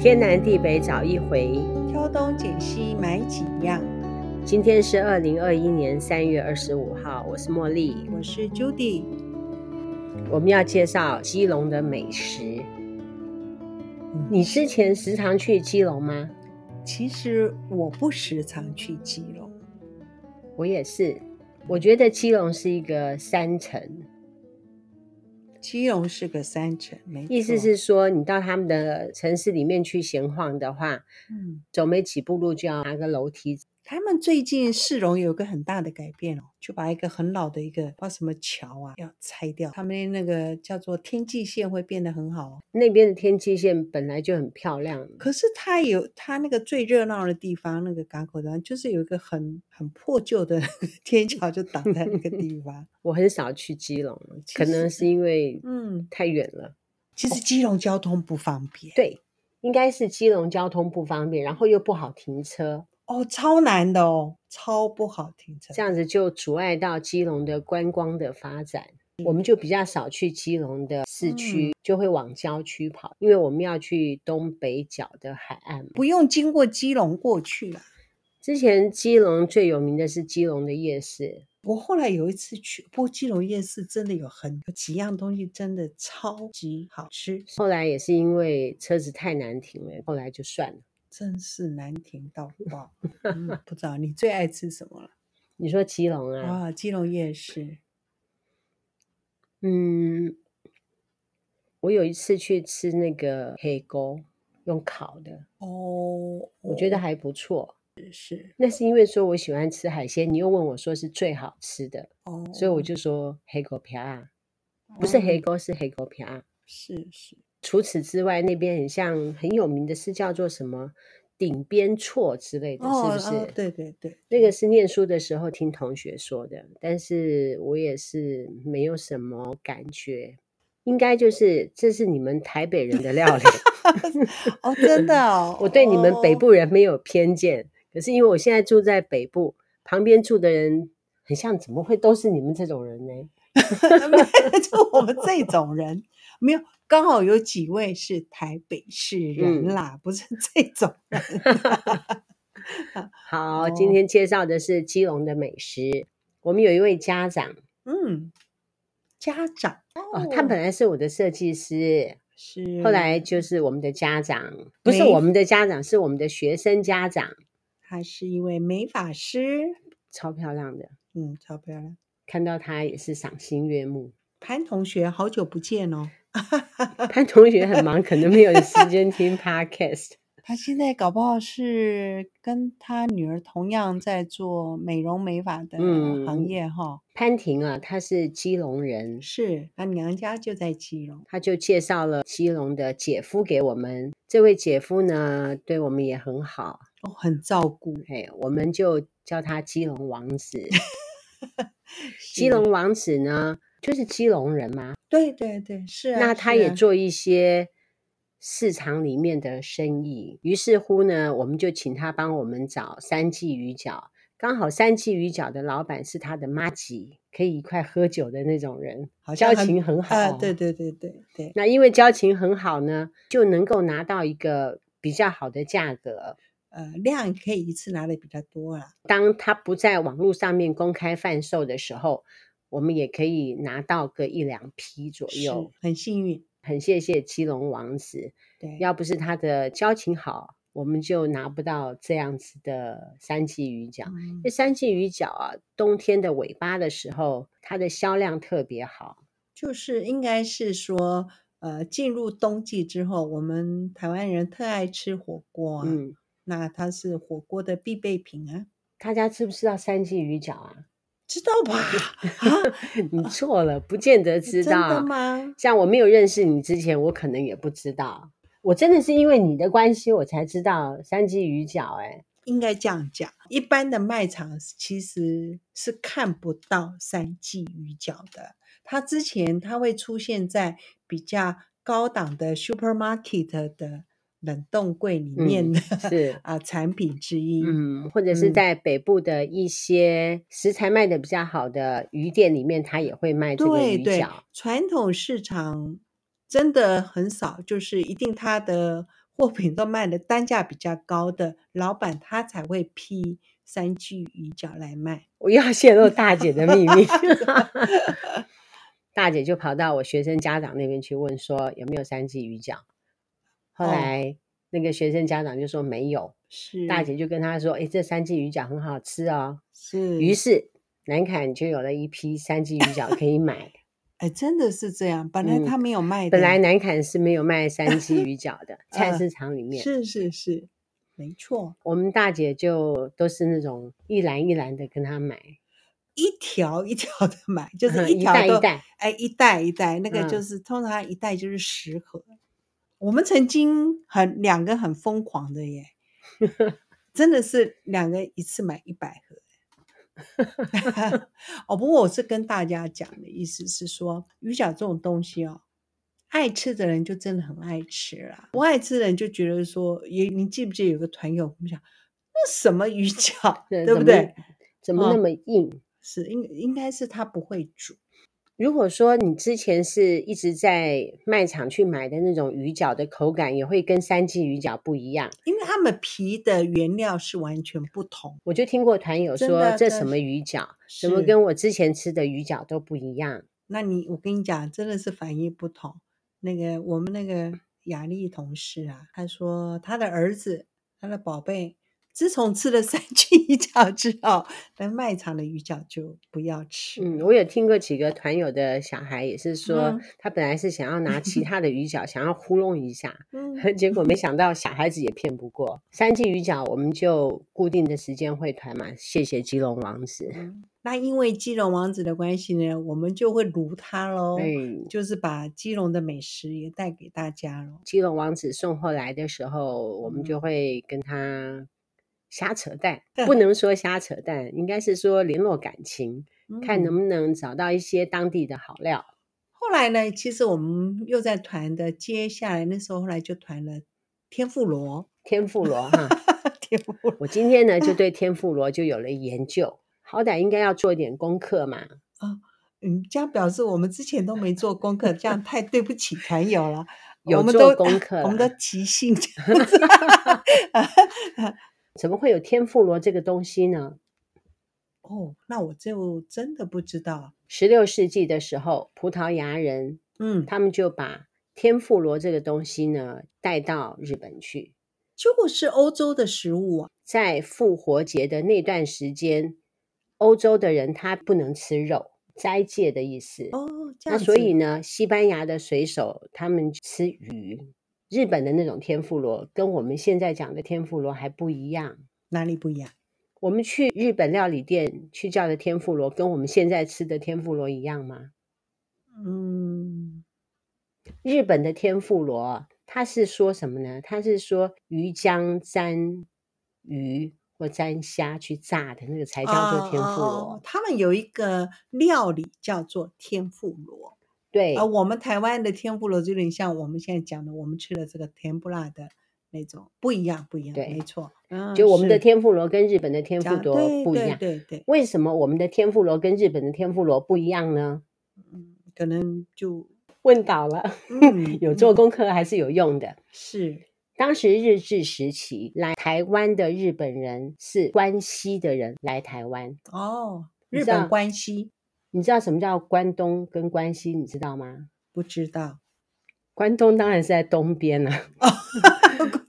天南地北找一回。挑东拣西买几样。今天是二零二一年三月二十五号，我是茉莉。我是 Judy，我们要介绍基隆的美食。你之前时常去基隆吗？其实我不时常去基隆，我也是。我觉得基隆是一个山城，基隆是个山城，没错意思是说，你到他们的城市里面去闲晃的话，嗯，走没几步路就要拿个楼梯他们最近市容有个很大的改变哦，就把一个很老的一个不知道什么桥啊要拆掉，他们那个叫做天际线会变得很好哦。那边的天际线本来就很漂亮，可是它有它那个最热闹的地方，那个港口端就是有一个很很破旧的 天桥就挡在那个地方。我很少去基隆，其可能实是因为嗯，太远了。其实基隆交通不方便，哦对，应该是基隆交通不方便，然后又不好停车，哦，超难的哦，超不好停车。这样子就阻碍到基隆的观光的发展。我们就比较少去基隆的市区，就会往郊区跑，因为我们要去东北角的海岸嘛。不用经过基隆过去啦。之前基隆最有名的是基隆的夜市，我后来有一次去，不过基隆夜市真的有很有几样东西真的超级好吃，后来也是因为车子太难停了，后来就算了。真是难停到爆。嗯、不知道你最爱吃什 么了？你说基隆啊，啊，基隆夜市，嗯，我有一次去吃那个黑沟，用烤的，哦，我觉得还不错。是那是因为说我喜欢吃海鲜，你又问我说是最好吃的，哦，所以我就说黑狗皮啊，不是黑哦，沟是黑狗皮啊。是是，除此之外，那边很像很有名的是叫做什么顶边错之类的，是不是？哦，对对对，那个是念书的时候听同学说的，但是我也是没有什么感觉。应该就是这是你们台北人的料理，，哦，真的哦 我对你们北哦部人没有偏见，可是因为我现在住在北部，旁边住的人很像，怎么会都是你们这种人呢？ 就我们这种人，没有刚好有几位是台北市人嗯啦，不是这种人。好，今哦天介绍的是基隆的美食。我们有一位家长嗯，家长哦，他本来是我的设计师，是后来就是我们的家长，不是嗯没我们的家长，是我们的学生家长，他是一位美发师，超漂亮的，嗯，超漂亮。看到她也是赏心悦 目。潘同学，好久不见哦。潘同学很忙，可能没有时间听 podcast。 他现在搞不好是跟他女儿同样在做美容美发的嗯行业哈、潘婷啊，她是基隆人，是他娘家就在基隆，她就介绍了基隆的姐夫给我们。这位姐夫呢，对我们也很好，哦，很照顾。嘿，我们就叫他基隆王子。基是隆王子呢，就是基隆人嘛，对对对，是啊。那是他也啊做一些市场里面的生意。于是乎呢，我们就请他帮我们找三季鱼饺。刚好三季鱼饺的老板是他的妈吉，可以一块喝酒的那种人，好交像很情很好、啊，对。对对对对，那因为交情很好呢，就能够拿到一个比较好的价格。呃，量可以一次拿的比较多啊啦。当他不在网络上面公开贩售的时候，我们也可以拿到个一两批左右。是很幸运，很谢谢基隆王子，对，要不是他的交情好，我们就拿不到这样子的三季鱼饺。嗯这三季鱼饺啊，冬天的尾巴的时候，它的销量特别好。就是应该是说，呃，进入冬季之后，我们台湾人特爱吃火锅啊，嗯，那它是火锅的必备品啊，大家知不知道三季鱼饺 啊？知道吧？啊，你错了，不见得知真道。的吗？像我没有认识你之前，我可能也不知道。我真的是因为你的关系，我才知道三季鱼饺、哎，应该这样讲，一般的卖场其实是看不到三季鱼饺的。它之前它会出现在比较高档的 supermarket 的冷冻柜里面的、嗯是啊产品之一。嗯，或者是嗯在北部的一些食材卖的比较好的鱼店里面，它也会卖这个对鱼对饺。，传统市场真的很少，就是一定它的货品都卖的单价比较高的，老板他才会批三季鱼饺来卖。我又要泄露大姐的秘 密。大姐就跑到我学生家长那边去问说有没有三季鱼饺，后哦嗯来那个学生家长就说没有，是大姐就跟他说：“哎，这三季鱼饺很好吃哦。”是，于是南坎就有了一批三季鱼饺可以买。哎，真的是这样。本来嗯他没有卖的，本来南坎是没有卖三季鱼饺的，菜市场里面，嗯是是是，没错，我们大姐就都是那种一篮一篮的跟他买，一条一条的买，就是嗯一条袋都一袋。哎，一袋一袋，那个就嗯是、通常它一袋就是十盒。我们曾经很两个很疯狂的 耶，真的是两个一次买一百 盒。哦，不过我是跟大家讲的意思是说，鱼饺这种东西哦，爱吃的人就真的很爱吃啦，不爱吃的人就觉得说，也你记不记得有个团友我们讲，那什么鱼饺，对怎不么对？？怎么那嗯么硬？是应应该是他不会煮，如果说你之前是一直在卖场去买的那种鱼饺的口感，也会跟三季鱼饺不一样。因为他们皮的原料是完全不同。我就听过团友真的说，这真什么鱼饺，怎是么跟我之前吃的鱼饺都不一样？那你我跟你讲，真的是反应不同。那个我们那个雅丽同事啊，她说她的儿子，她的宝贝，自从吃了三季鱼饺之后，那卖场的鱼饺就不要吃。嗯，我有听过几个团友的小孩也是说，嗯他本来是想要拿其他的鱼饺，想要糊弄一下，嗯，结果没想到小孩子也骗不过。三季鱼饺我们就固定的时间会团嘛，谢谢基隆王子。嗯那因为基隆王子的关系呢，我们就会如他喽，哎，就是把基隆的美食也带给大家喽。基隆王子送货来的时候，我们嗯就会跟他瞎扯淡，不能说瞎扯淡，应该是说联络感情，看嗯能不能找到一些当地的好料。后来呢，其实我们又在团的，接下来那时候后来就团了天妇罗， 天妇罗哈，天妇罗我今天呢就对天妇罗就有了研究，好歹应该要做一点功课嘛。嗯，这样表示我们之前都没做功课，这样太对不起团 友了。有我们做都 功课我们啦都即兴这样子。怎么会有天妇罗这个东西呢？哦，那我就真的不知道。十六世纪的时候，葡萄牙人嗯，他们就把天妇罗这个东西呢带到日本去。如果是欧洲的食物啊，在复活节的那段时间，欧洲的人他不能吃肉，斋戒的意思。哦，这那样子。所以呢，西班牙的水手他们吃鱼，日本的那种天妇罗跟我们现在讲的天妇罗还不一样。哪里不一样？我们去日本料理店去叫的天妇罗，跟我们现在吃的天妇罗一样吗？嗯，日本的天妇罗，它是说什么呢？它是说鱼浆沾鱼或沾虾去炸的那个才叫做天妇罗。哦他们有一个料理叫做天妇罗。对，而啊我们台湾的天妇罗就有点像我们现在讲的，我们吃的这个甜不辣的那种，不一样，不一样，对没错。嗯就我们的是天妇罗跟日本的天妇讲罗对不一对样。对对，为什么我们的天妇罗跟日本的天妇罗不一样呢？嗯，可能就问倒了， 嗯有做嗯功课还是有用的。是当时日治时期来台湾的日本人是关西的人来台湾，哦，你日知本道关系你知道什么叫关东跟关西？你知道吗？不知道，关东当然是在东边了、哦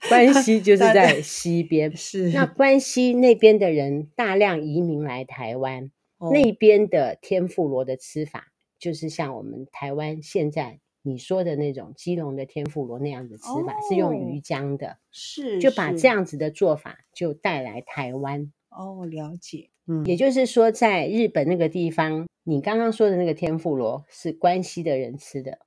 关西就是大家在西边。是那关西那边的人大量移民来台湾，哦那边的天妇罗的吃法，就是像我们台湾现在你说的那种基隆的天妇罗那样的吃法，是用鱼哦浆的，是就把是这样子的做法就带来台湾。哦了解，嗯，也就是说，在日本那个地方，你刚刚说的那个天妇罗是关西的人吃的，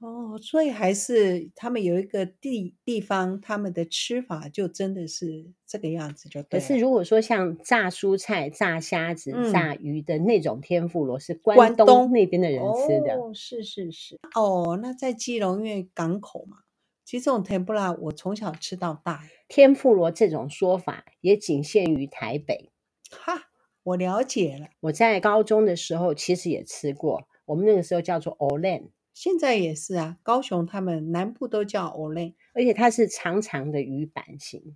哦，所以还是他们有一个地地方，他们的吃法就真的是这个样子，就对可了。是如果说像炸蔬菜、炸虾子、嗯炸鱼的那种天妇罗，是关关东东那边的人吃的。哦，是是是。哦，那在基隆因为港口嘛，其实这种甜不辣我从小吃到大耶。天妇罗这种说法也仅限于台北。哈，我了解了，我在高中的时候其实也吃过，我们那个时候叫做 olen，现在也是啊，高雄他们南部都叫 o l e 而且它是长长的鱼板型，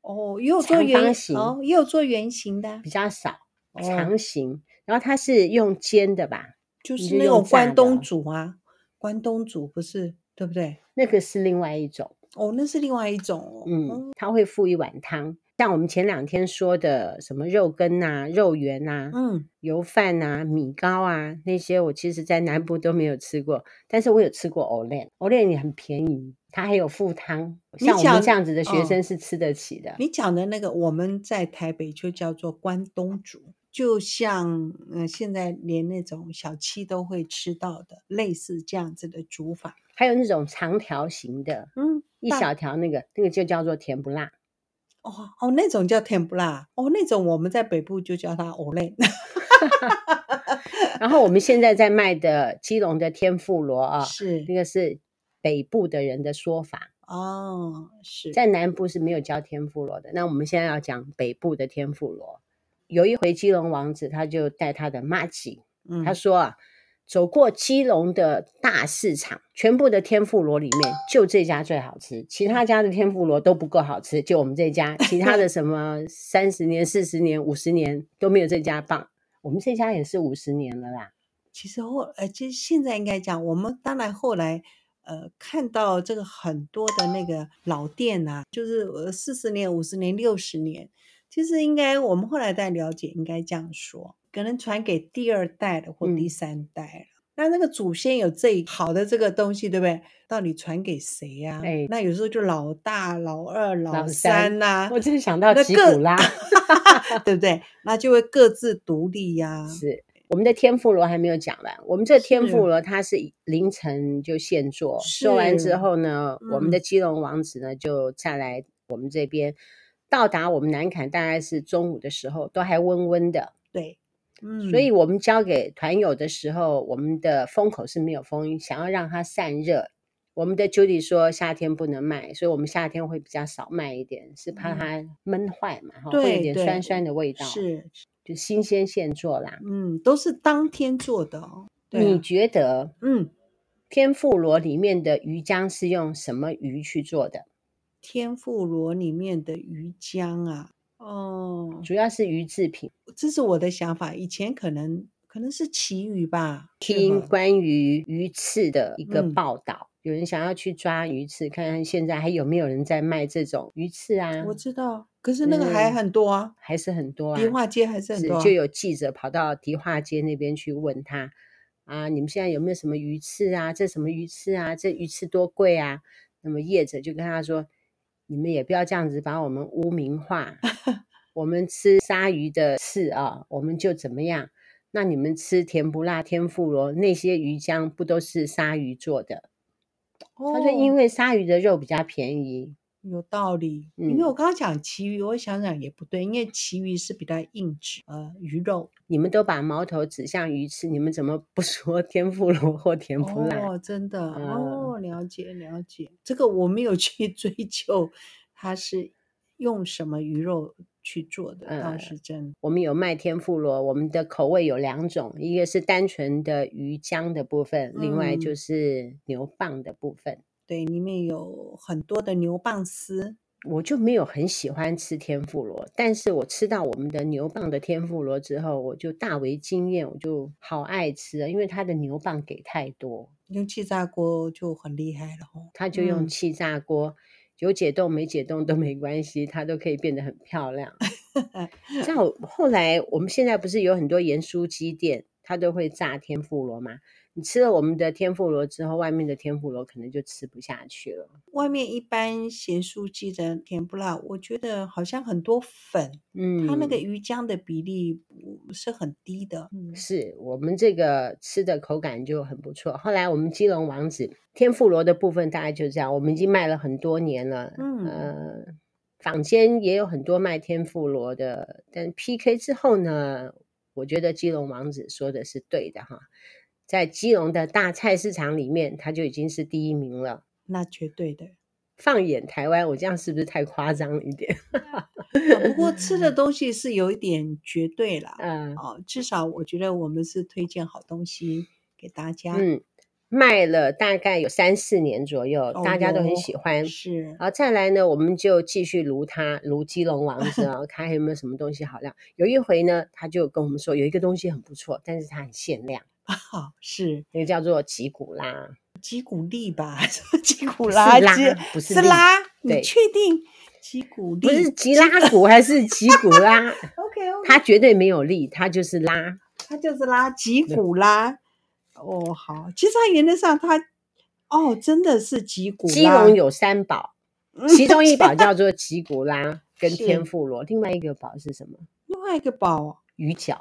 哦，也有长做方圆形哦，也有做圆形的啊比，较少，哦长形。然后它是用煎的吧？就你是就那用种炸关的东煮啊，关东煮不是对不对？那个是另外一种，哦，那是另外一种哦。嗯，它会附一碗汤，像我们前两天说的什么肉羹呐、肉圆啊呐、嗯，油饭啊、米糕啊那些，我其实在南部都没有吃过，但是我有吃过 Olen。Olen 也很便宜，它还有附汤，你像我们讲这样子的学哦生是吃得起的。你讲的那个我们在台北就叫做关东煮，就像嗯、呃现在连那种小七都会吃到的类似这样子的煮法。还有那种长条形的，嗯，一大小条那个，那个就叫做甜不辣。哦哦，那种叫甜不辣哦，那种我们在北部就叫它 Olay。然后我们现在在卖的基隆的天妇罗啊， 是那个是北部的人的说法，哦，是在南部是没有教天妇罗的。那我们现在要讲北部的天妇罗。有一回基隆王子他就带他的妈吉，嗯他说啊，走过基隆的大市场，全部的天妇罗里面，就这家最好吃，其他家的天妇罗都不够好吃，就我们这家，其他的什 么三十年、四十年、五十年都没有这家棒。我们这家也是五十年了啦，其实后呃，其实现在应该讲，我们当然后来呃看到这个很多的那个老店呐、就是呃四十年、五十年、六十年，其实应该我们后来再了解，应该这样说，可能传给第二代了或第嗯三代了。那那个祖先有这一好的这个东西，对不对？到底传给谁呀、哎那有时候就老大、老二、老老三三呐、 我只是想到啊那吉个古 拉，对不对？那就会各自独立呀、是我们的天妇罗还没有讲完。我们这天是妇罗它是凌晨就现做，做完之是嗯后呢，我们的基隆王子呢就再来我们这边。到达我们南坎大概是中午的时候，都还温温的，对，嗯，所以我们交给团友的时候，我们的封口是没有封，想要让它散热。我们的 Judy 说夏天不能卖，所以我们夏天会比较少卖一点，是怕嗯它闷坏嘛，哈、会有对点对酸酸的味道，是就新鲜现做啦。嗯，都是当天做的哦。对你啊，觉得嗯，天妇罗里面的鱼浆是用什么鱼去做的？天妇罗里面的鱼浆啊，哦，主要是鱼制品，这是我的想法。以前可能可能是旗鱼吧，是听吧关于鱼翅的一个嗯报道，有人想要去抓鱼翅，看看现在还有没有人在卖这种鱼翅啊？我知道，可是那个还嗯很多啊，还是很多啊，迪化街还是很是多啊就有记者跑到迪化街那边去问他啊，你们现在有没有什么鱼翅啊？这什么鱼翅啊？这鱼翅多贵啊？那么业者就跟他说，你们也不要这样子把我们污名 化，我们吃鲨鱼的翅啊，我们就怎么样？那你们吃甜不辣天妇罗那些鱼浆不都是鲨鱼做的？他说因哦为鲨鱼的肉比较便宜，有道理，因为嗯我刚刚讲旗鱼，我想想也不对，因为旗鱼是比较硬质，呃，鱼肉你们都把矛头指向鱼翅，你们怎么不说 天妇罗或甜不辣？哦，真的嗯哦，了解了解，这个我没有去 追究它是用什么鱼肉去做的，倒嗯是真的。我们有卖天妇罗，我们的口味有两种，一个是单纯的鱼浆的部分，另外就嗯是牛蒡的部分。对，里面有很多的牛蒡丝，我就没有很喜欢吃天妇罗，但是我吃到我们的牛蒡的天妇罗之后，我就大为惊艳，我就好爱吃啊了，因为它的牛蒡给太多，用气炸锅就很厉害了哦。它就用嗯气炸锅，有解冻没解冻都没关系，它都可以变得很漂亮。 像我后来，我们现在不是有很多盐酥鸡店，它都会炸天妇罗嘛？你吃了我们的天妇罗之后，外面的天妇罗可能就吃不下去了。外面一般咸酥鸡的甜不辣，我觉得好像很多粉，嗯，它那个鱼浆的比例不是很低的。嗯，是我们这个吃的口感就很不错。后来我们基隆王子天妇罗的部分大概就这样，我们已经卖了很多年了。嗯呃，坊间也有很多卖天妇罗的，但 PK 之后呢，我觉得基隆王子说的是对的哈。在基隆的大菜市场里面，它就已经是第一名了。那绝对的。放眼台湾，我这样是不是太夸张了一点？ 啊不过吃的东西是有一点绝对啦。嗯、哦，至少我觉得我们是推荐好东西给大家。嗯，卖了大概有三四年左右，哦大家都很哟喜欢。是然后再来呢，我们就继续撸他，撸基隆王子啊，看还有没有什么东西好料。有一回呢，他就跟我们说有一个东西很不错，但是它很限量，好是 那个叫做吉古拉。吉古力吧？吉古不是拉拉吉不是是力拉？对你确定？吉古力不是吉拉古还是吉古拉？ ？OK OK，它绝对没有力，它就是拉。 它就是拉吉古拉。哦，好，其实它原则上它哦，真的是吉古拉。基隆有三宝，嗯其中 一宝叫做吉古拉跟是天妇罗，另外一个宝是什么？另外一个宝鱼饺。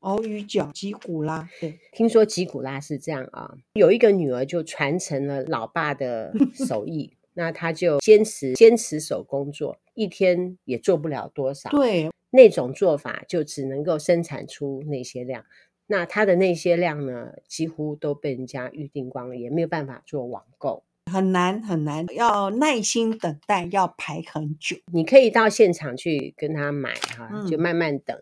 鳌鱼脚吉古拉，对，听说吉古拉是这样啊，有一个女儿就传承了老爸的手艺，那她就坚持坚持手工做，一天也做不了多少。对，那种做法就只能够生产出那些量。那它的那些量呢，几乎都被人家预定光了，也没有办法做网购。很难很难，要耐心等待，要排很久。你可以到现场去跟他买哈、嗯就慢慢等。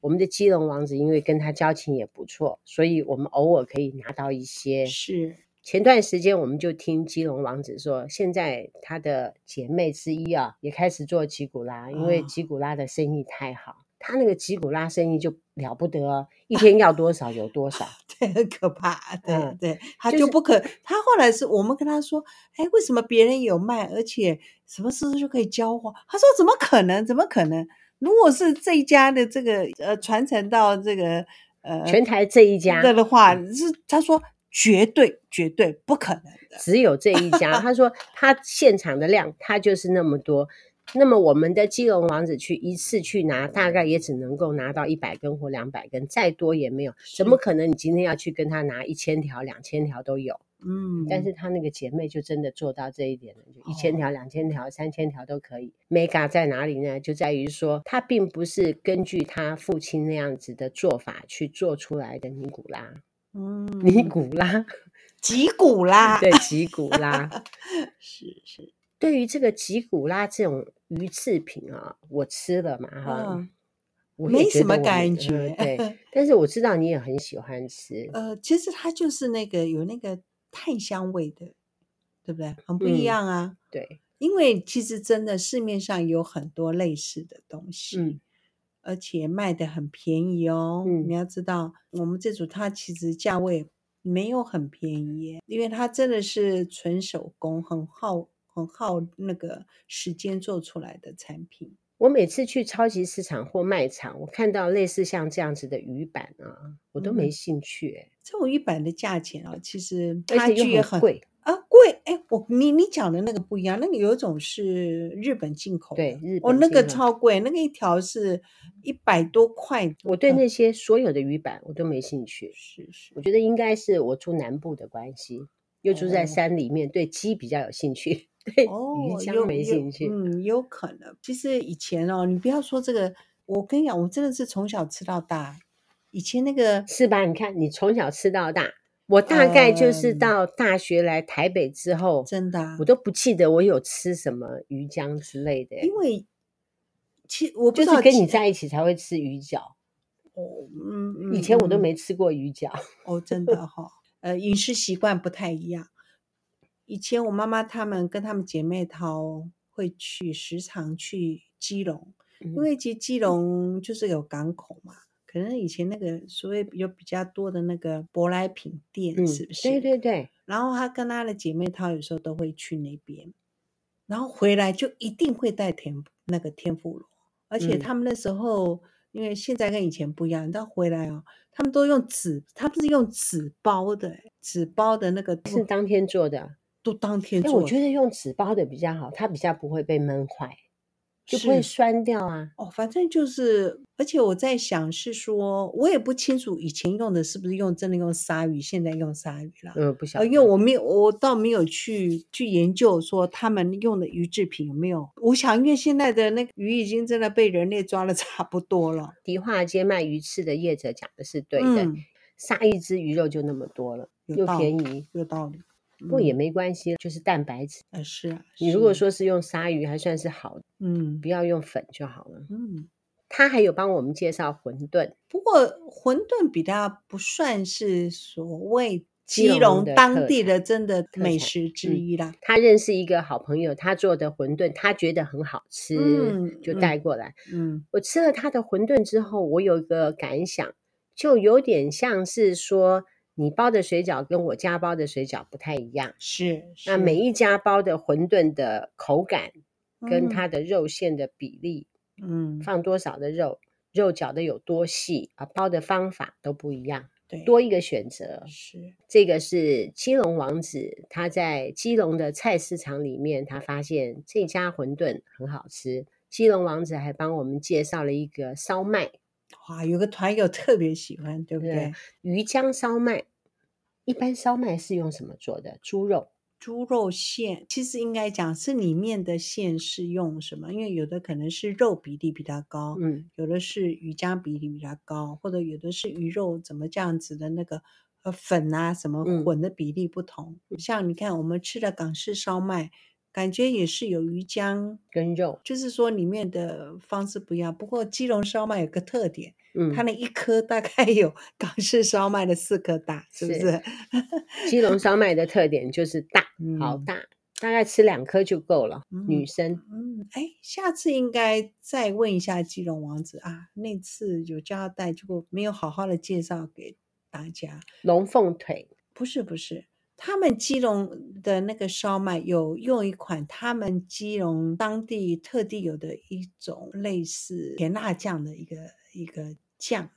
我们的基隆王子因为跟他交情也不错，所以我们偶尔可以拿到一些。是，前段时间我们就听基隆王子说，现在他的姐妹之一啊，也开始做吉古拉，因为啊吉古拉的生意太好，他那个吉古拉生意就了不得哦，一天要多少有多少。对，很可怕。对、嗯对，他就就是不可。他后来是我们跟他说，哎，为什么别人有卖，而且什么时候就可以交换？他说怎么可能？怎么可能？如果是这一家的这个呃传承到这个 呃全台这嗯一家的的话，是他说绝对绝对不可能的。只有这一家，他 说他现场的量他就是那么多。那么我们的基隆王子去一次去拿，大概也只能够拿到一百根或两百根，再多也没有。怎么可能？你今天要去跟他拿一千条、两千条都有？嗯，但是他那个姐妹就真的做到这一点了，就一千哦条、两千条、三千条都可以。mega 在哪里呢？就在于说，他并不是根据他父亲那样子的做法去做出来的尼古拉，嗯，尼古拉，脊骨啦，对，吉古拉。是是，对于这个吉古拉这种鱼制品啊，我吃了嘛哈，嗯，我也没觉什么得我感嗯觉。对，但是我知道你也很喜欢吃，呃，其实它就是那个有那个炭香味的，对不对？很不嗯一样啊。对，因为其实真的市面上有很多类似的东西，嗯，而且卖的很便宜哦。嗯你要知道，我们这组它其实价位没有很便宜耶，因为它真的是纯手工，很耗很耗那个时间做出来的产品。我每次去超级市场或卖场，我看到类似像这样子的鱼板啊，我都没嗯兴趣、欸，这种一版的价钱啊，其实而差且又距也很很贵啊贵。哎，我你你讲的那个不一样，那个有一种是日本进口的，对日哦本那个进口超贵，那个一条是一百多块。我对那些所有的鱼板我都没兴趣。是是我觉得应该是我住南部的关系，又住在哦山里面，对鸡比较有兴趣，对鱼哦，浆有没有兴趣。嗯，有可能。其实以前哦，你不要说这个，我跟你讲，我真的是从小吃到大。以前那个是吧？你看，你从小吃到大，我大概就是嗯到大学来台北之后，真的、啊我，都不记得我有吃什么鱼浆之类的欸，因为其实我不就知道是跟其你在一起才会吃鱼饺。哦嗯，以前我都没。嗯没吃过鱼饺，哦，真的哈、呃，饮食习惯不太一样。以前我妈妈她们跟她们姐妹淘会去时常去基隆，因嗯为其实基隆就是有港口嘛，可能以前那个所谓有比较多的那个舶来品店，嗯是不是？对对对，然后她跟她的姐妹淘有时候都会去那边，然后回来就一定会带天那个天妇罗，而且嗯他们那时候、因为现在跟以前不一样，你知道回来哦，他们都用纸，他们是用纸包的欸，纸包的那个是当天做的。都当天但做我的，觉得用纸包的比较好，它比较不会被闷坏，就不会是酸掉啊。哦，反正就是，而且我在想是说，我也不清楚以前用的是不是用真的用鲨鱼，现在用鲨鱼啦。呃，不晓呃，得，因为我没有，我倒没有去去研究说他们用的鱼制品有没有。我想，因为现在的那个鱼已经真的被人类抓的 差不多了。迪化街卖鱼翅的业者讲的是对的，嗯，哦杀一只鱼肉就那么多了，有又道便宜，有道理。不过也嗯没关系，就是蛋白质。呃是啊，你如果是说是用鲨鱼，还算是好的，嗯不要用粉就好了。嗯，他还有帮我们介绍馄饨，不过馄饨比较不算是所谓基基隆隆的特当地产的真的特美产食之嗯一啦。他认识一个好朋友，他做的馄饨，他觉得很好吃，嗯就嗯带过来。嗯我吃了他的馄饨之后，我有一个感想，就有点像是说，你包的水饺跟我家包的水饺不太一样。是，是那每一家包的馄饨的口感跟嗯它的肉馅的比例，嗯放多少的肉，肉搅的有多细啊，包的方法都不一样，对多一个选择。是这个是基隆王子，他在基隆的菜市场里面，他发现这家馄饨很好吃。基隆王子还帮我们介绍了一个烧麦，哇，有个团友特别喜欢，对不对对？鱼浆烧麦。一般烧麦是用什么做的？猪肉。猪肉馅其实应该讲是里面的馅是用什么？因为有的可能是肉比例比较高，嗯，有的是鱼浆比例比较高，或者有的是鱼肉怎么这样子的那个呃粉啊什么嗯混的比例不同。像你看我们吃的港式烧麦，感觉也是有鱼浆，跟肉。就是说里面的方式不一样。不过基隆烧麦有个特点，嗯，它那一颗大概 有港式烧麦的四颗大，是不是是？基隆烧麦的特点就是大，好嗯大，大概吃两颗就够了。嗯女生嗯，哎，下次应该再问一下基隆王子啊，那次有叫他带，结果没有好好的介绍给大家。龙凤腿，不是不是，他们基隆的那个烧麦有用一款他们基隆当地特地有的一种类似甜辣酱的一个一个酱，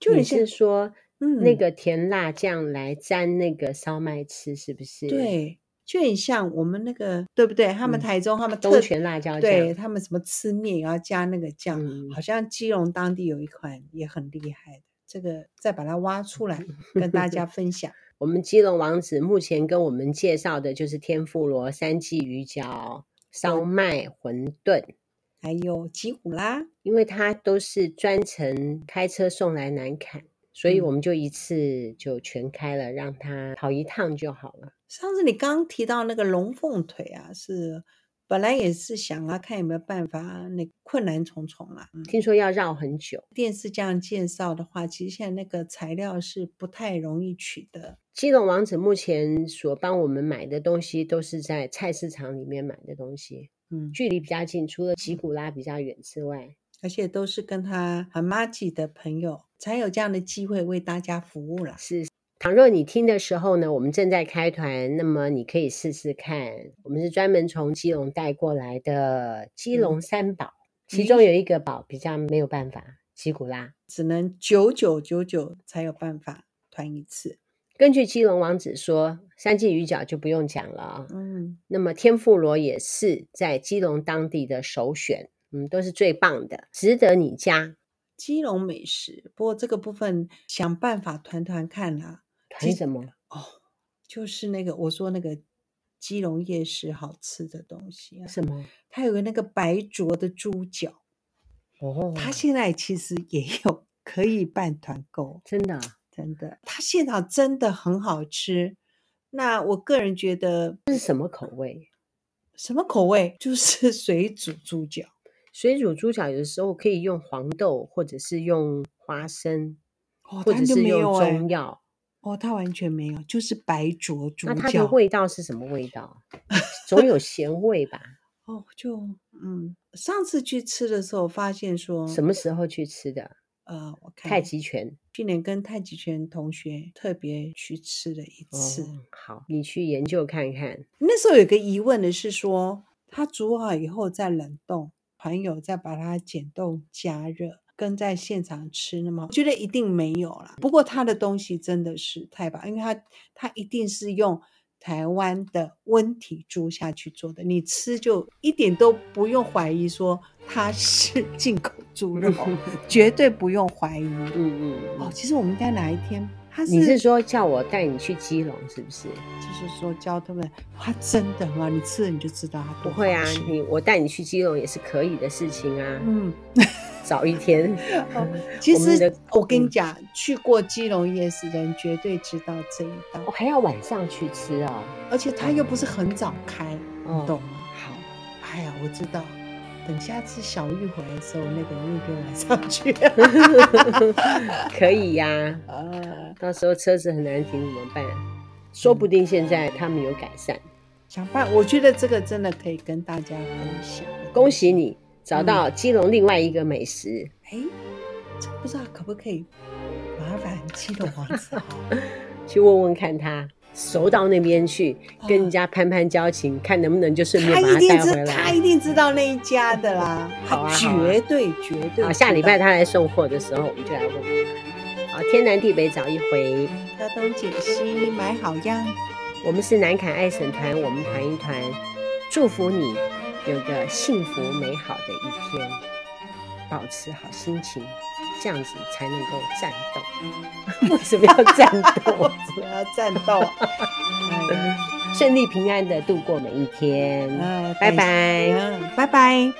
就你很像是说嗯那个甜辣酱来沾那个烧麦吃，是不是？，对，就很像我们那个对不对？他嗯们台中他们特东泉辣椒酱。对他们什么吃面也要加那个酱，嗯好像基隆当地有一款也很厉害的，这个再把它挖 出来跟大家分享。我们基隆王子目前跟我们介绍的就是天妇罗、三季鱼饺、烧麦、馄饨，还有吉古拉，因为它都是专程开车送来南坎，所以嗯我们就一次就全开了，让他跑一趟就好了。上次你刚提到那个龙凤腿啊，是本来也是想啊，看有没有办法，那困难重重啊。嗯听说要绕很久。电视这样介绍的话，其实现在那个材料是不太容易取得。基隆王子目前所帮我们买的东西都是在菜市场里面买的东西，嗯，距离比较近，除了吉古拉比较远之外，而且都是跟他很妈吉的朋友，才有这样的机会为大家服务啦。倘若你听的时候呢，我们正在开团，那么你可以试试看。我们是专门从基隆带过来的基隆三宝，其中有一个宝比较没有办法，吉古拉。只能九九九九才有办法团一次。根据基隆王子说，三季鱼饺就不用讲了啊、嗯，那么天妇罗也是在基隆当地的首选，嗯，都是最棒的，值得你加。基隆美食，不过这个部分想办法团团看啦、团什么？哦，就是那个我说那个基隆夜市好吃的东西啊，什么？它有个那个白灼的猪脚，哦，它现在其实也有可以办团购，真的啊真的，它现场真的很好吃。那我个人觉得这是什么口味？什么口味 就是水煮猪脚。水煮猪脚有的时候可以用黄豆，或者是用花生，哦，或它者就是没用有哎、中药。哦，它完全没有，就是白灼猪那它的脚。味道是什么味 道？总有咸味吧？哦，就嗯，上次去吃的时候发现说什么时候去吃的？呃，我看太一下极拳。去年跟太极拳同学特别去吃了一次。哦，好，你去研究看看。那时候有个疑问的是说，它煮好以后再冷冻，团友再把它解冻加热，跟在现场吃那么好，我觉得一定没有啦。不过它的东西真的是太棒，因为它它一定是用台湾的温体猪下去做的，你吃就一点都不用怀疑说它是 进口 猪肉， 绝对不用怀疑。嗯嗯哦，嗯。其实我们应该哪一天，它你是说叫我带你去基隆，是不是？就是说教他们，它真的吗？你吃了你就知道它不多会啊好吃，你我带你去基隆也是可以的事情啊。嗯，早一天， 哦嗯其我们实的我跟你嗯讲，去过基隆夜市的人绝对知道这一道我、，还要晚上去吃啊、而且它又不是很早开，哦你懂吗？好，哎呀，我知道，等下次小玉回来的时候，那个那个晚上去。 可以呀、啊到时候车子很难停怎么办？说不定现在他们有改善。想办，我觉得这个真的可以跟大家分享。恭喜！你找到基隆另外一个美食，哎，这不知道可不可以麻烦七龙王子啊？去问问看他熟到那边去，跟人啊家攀攀交情，看能不能就顺他便把一定带知回，他来一。定知道那一家的啦，好啊他好啊绝对绝对知道。好，下礼 拜他来送货的时候，我们就来问他。好，天南地北找一回，挑东拣西，买好样。我们是南坎爱省团，我们团一团，祝福你有个幸福美好的一天，保持好心情，这样子才能够战斗。为 什么要战斗 我？只要战斗。哎顺利平安的度过每一天。呃嗯拜拜。嗯拜拜。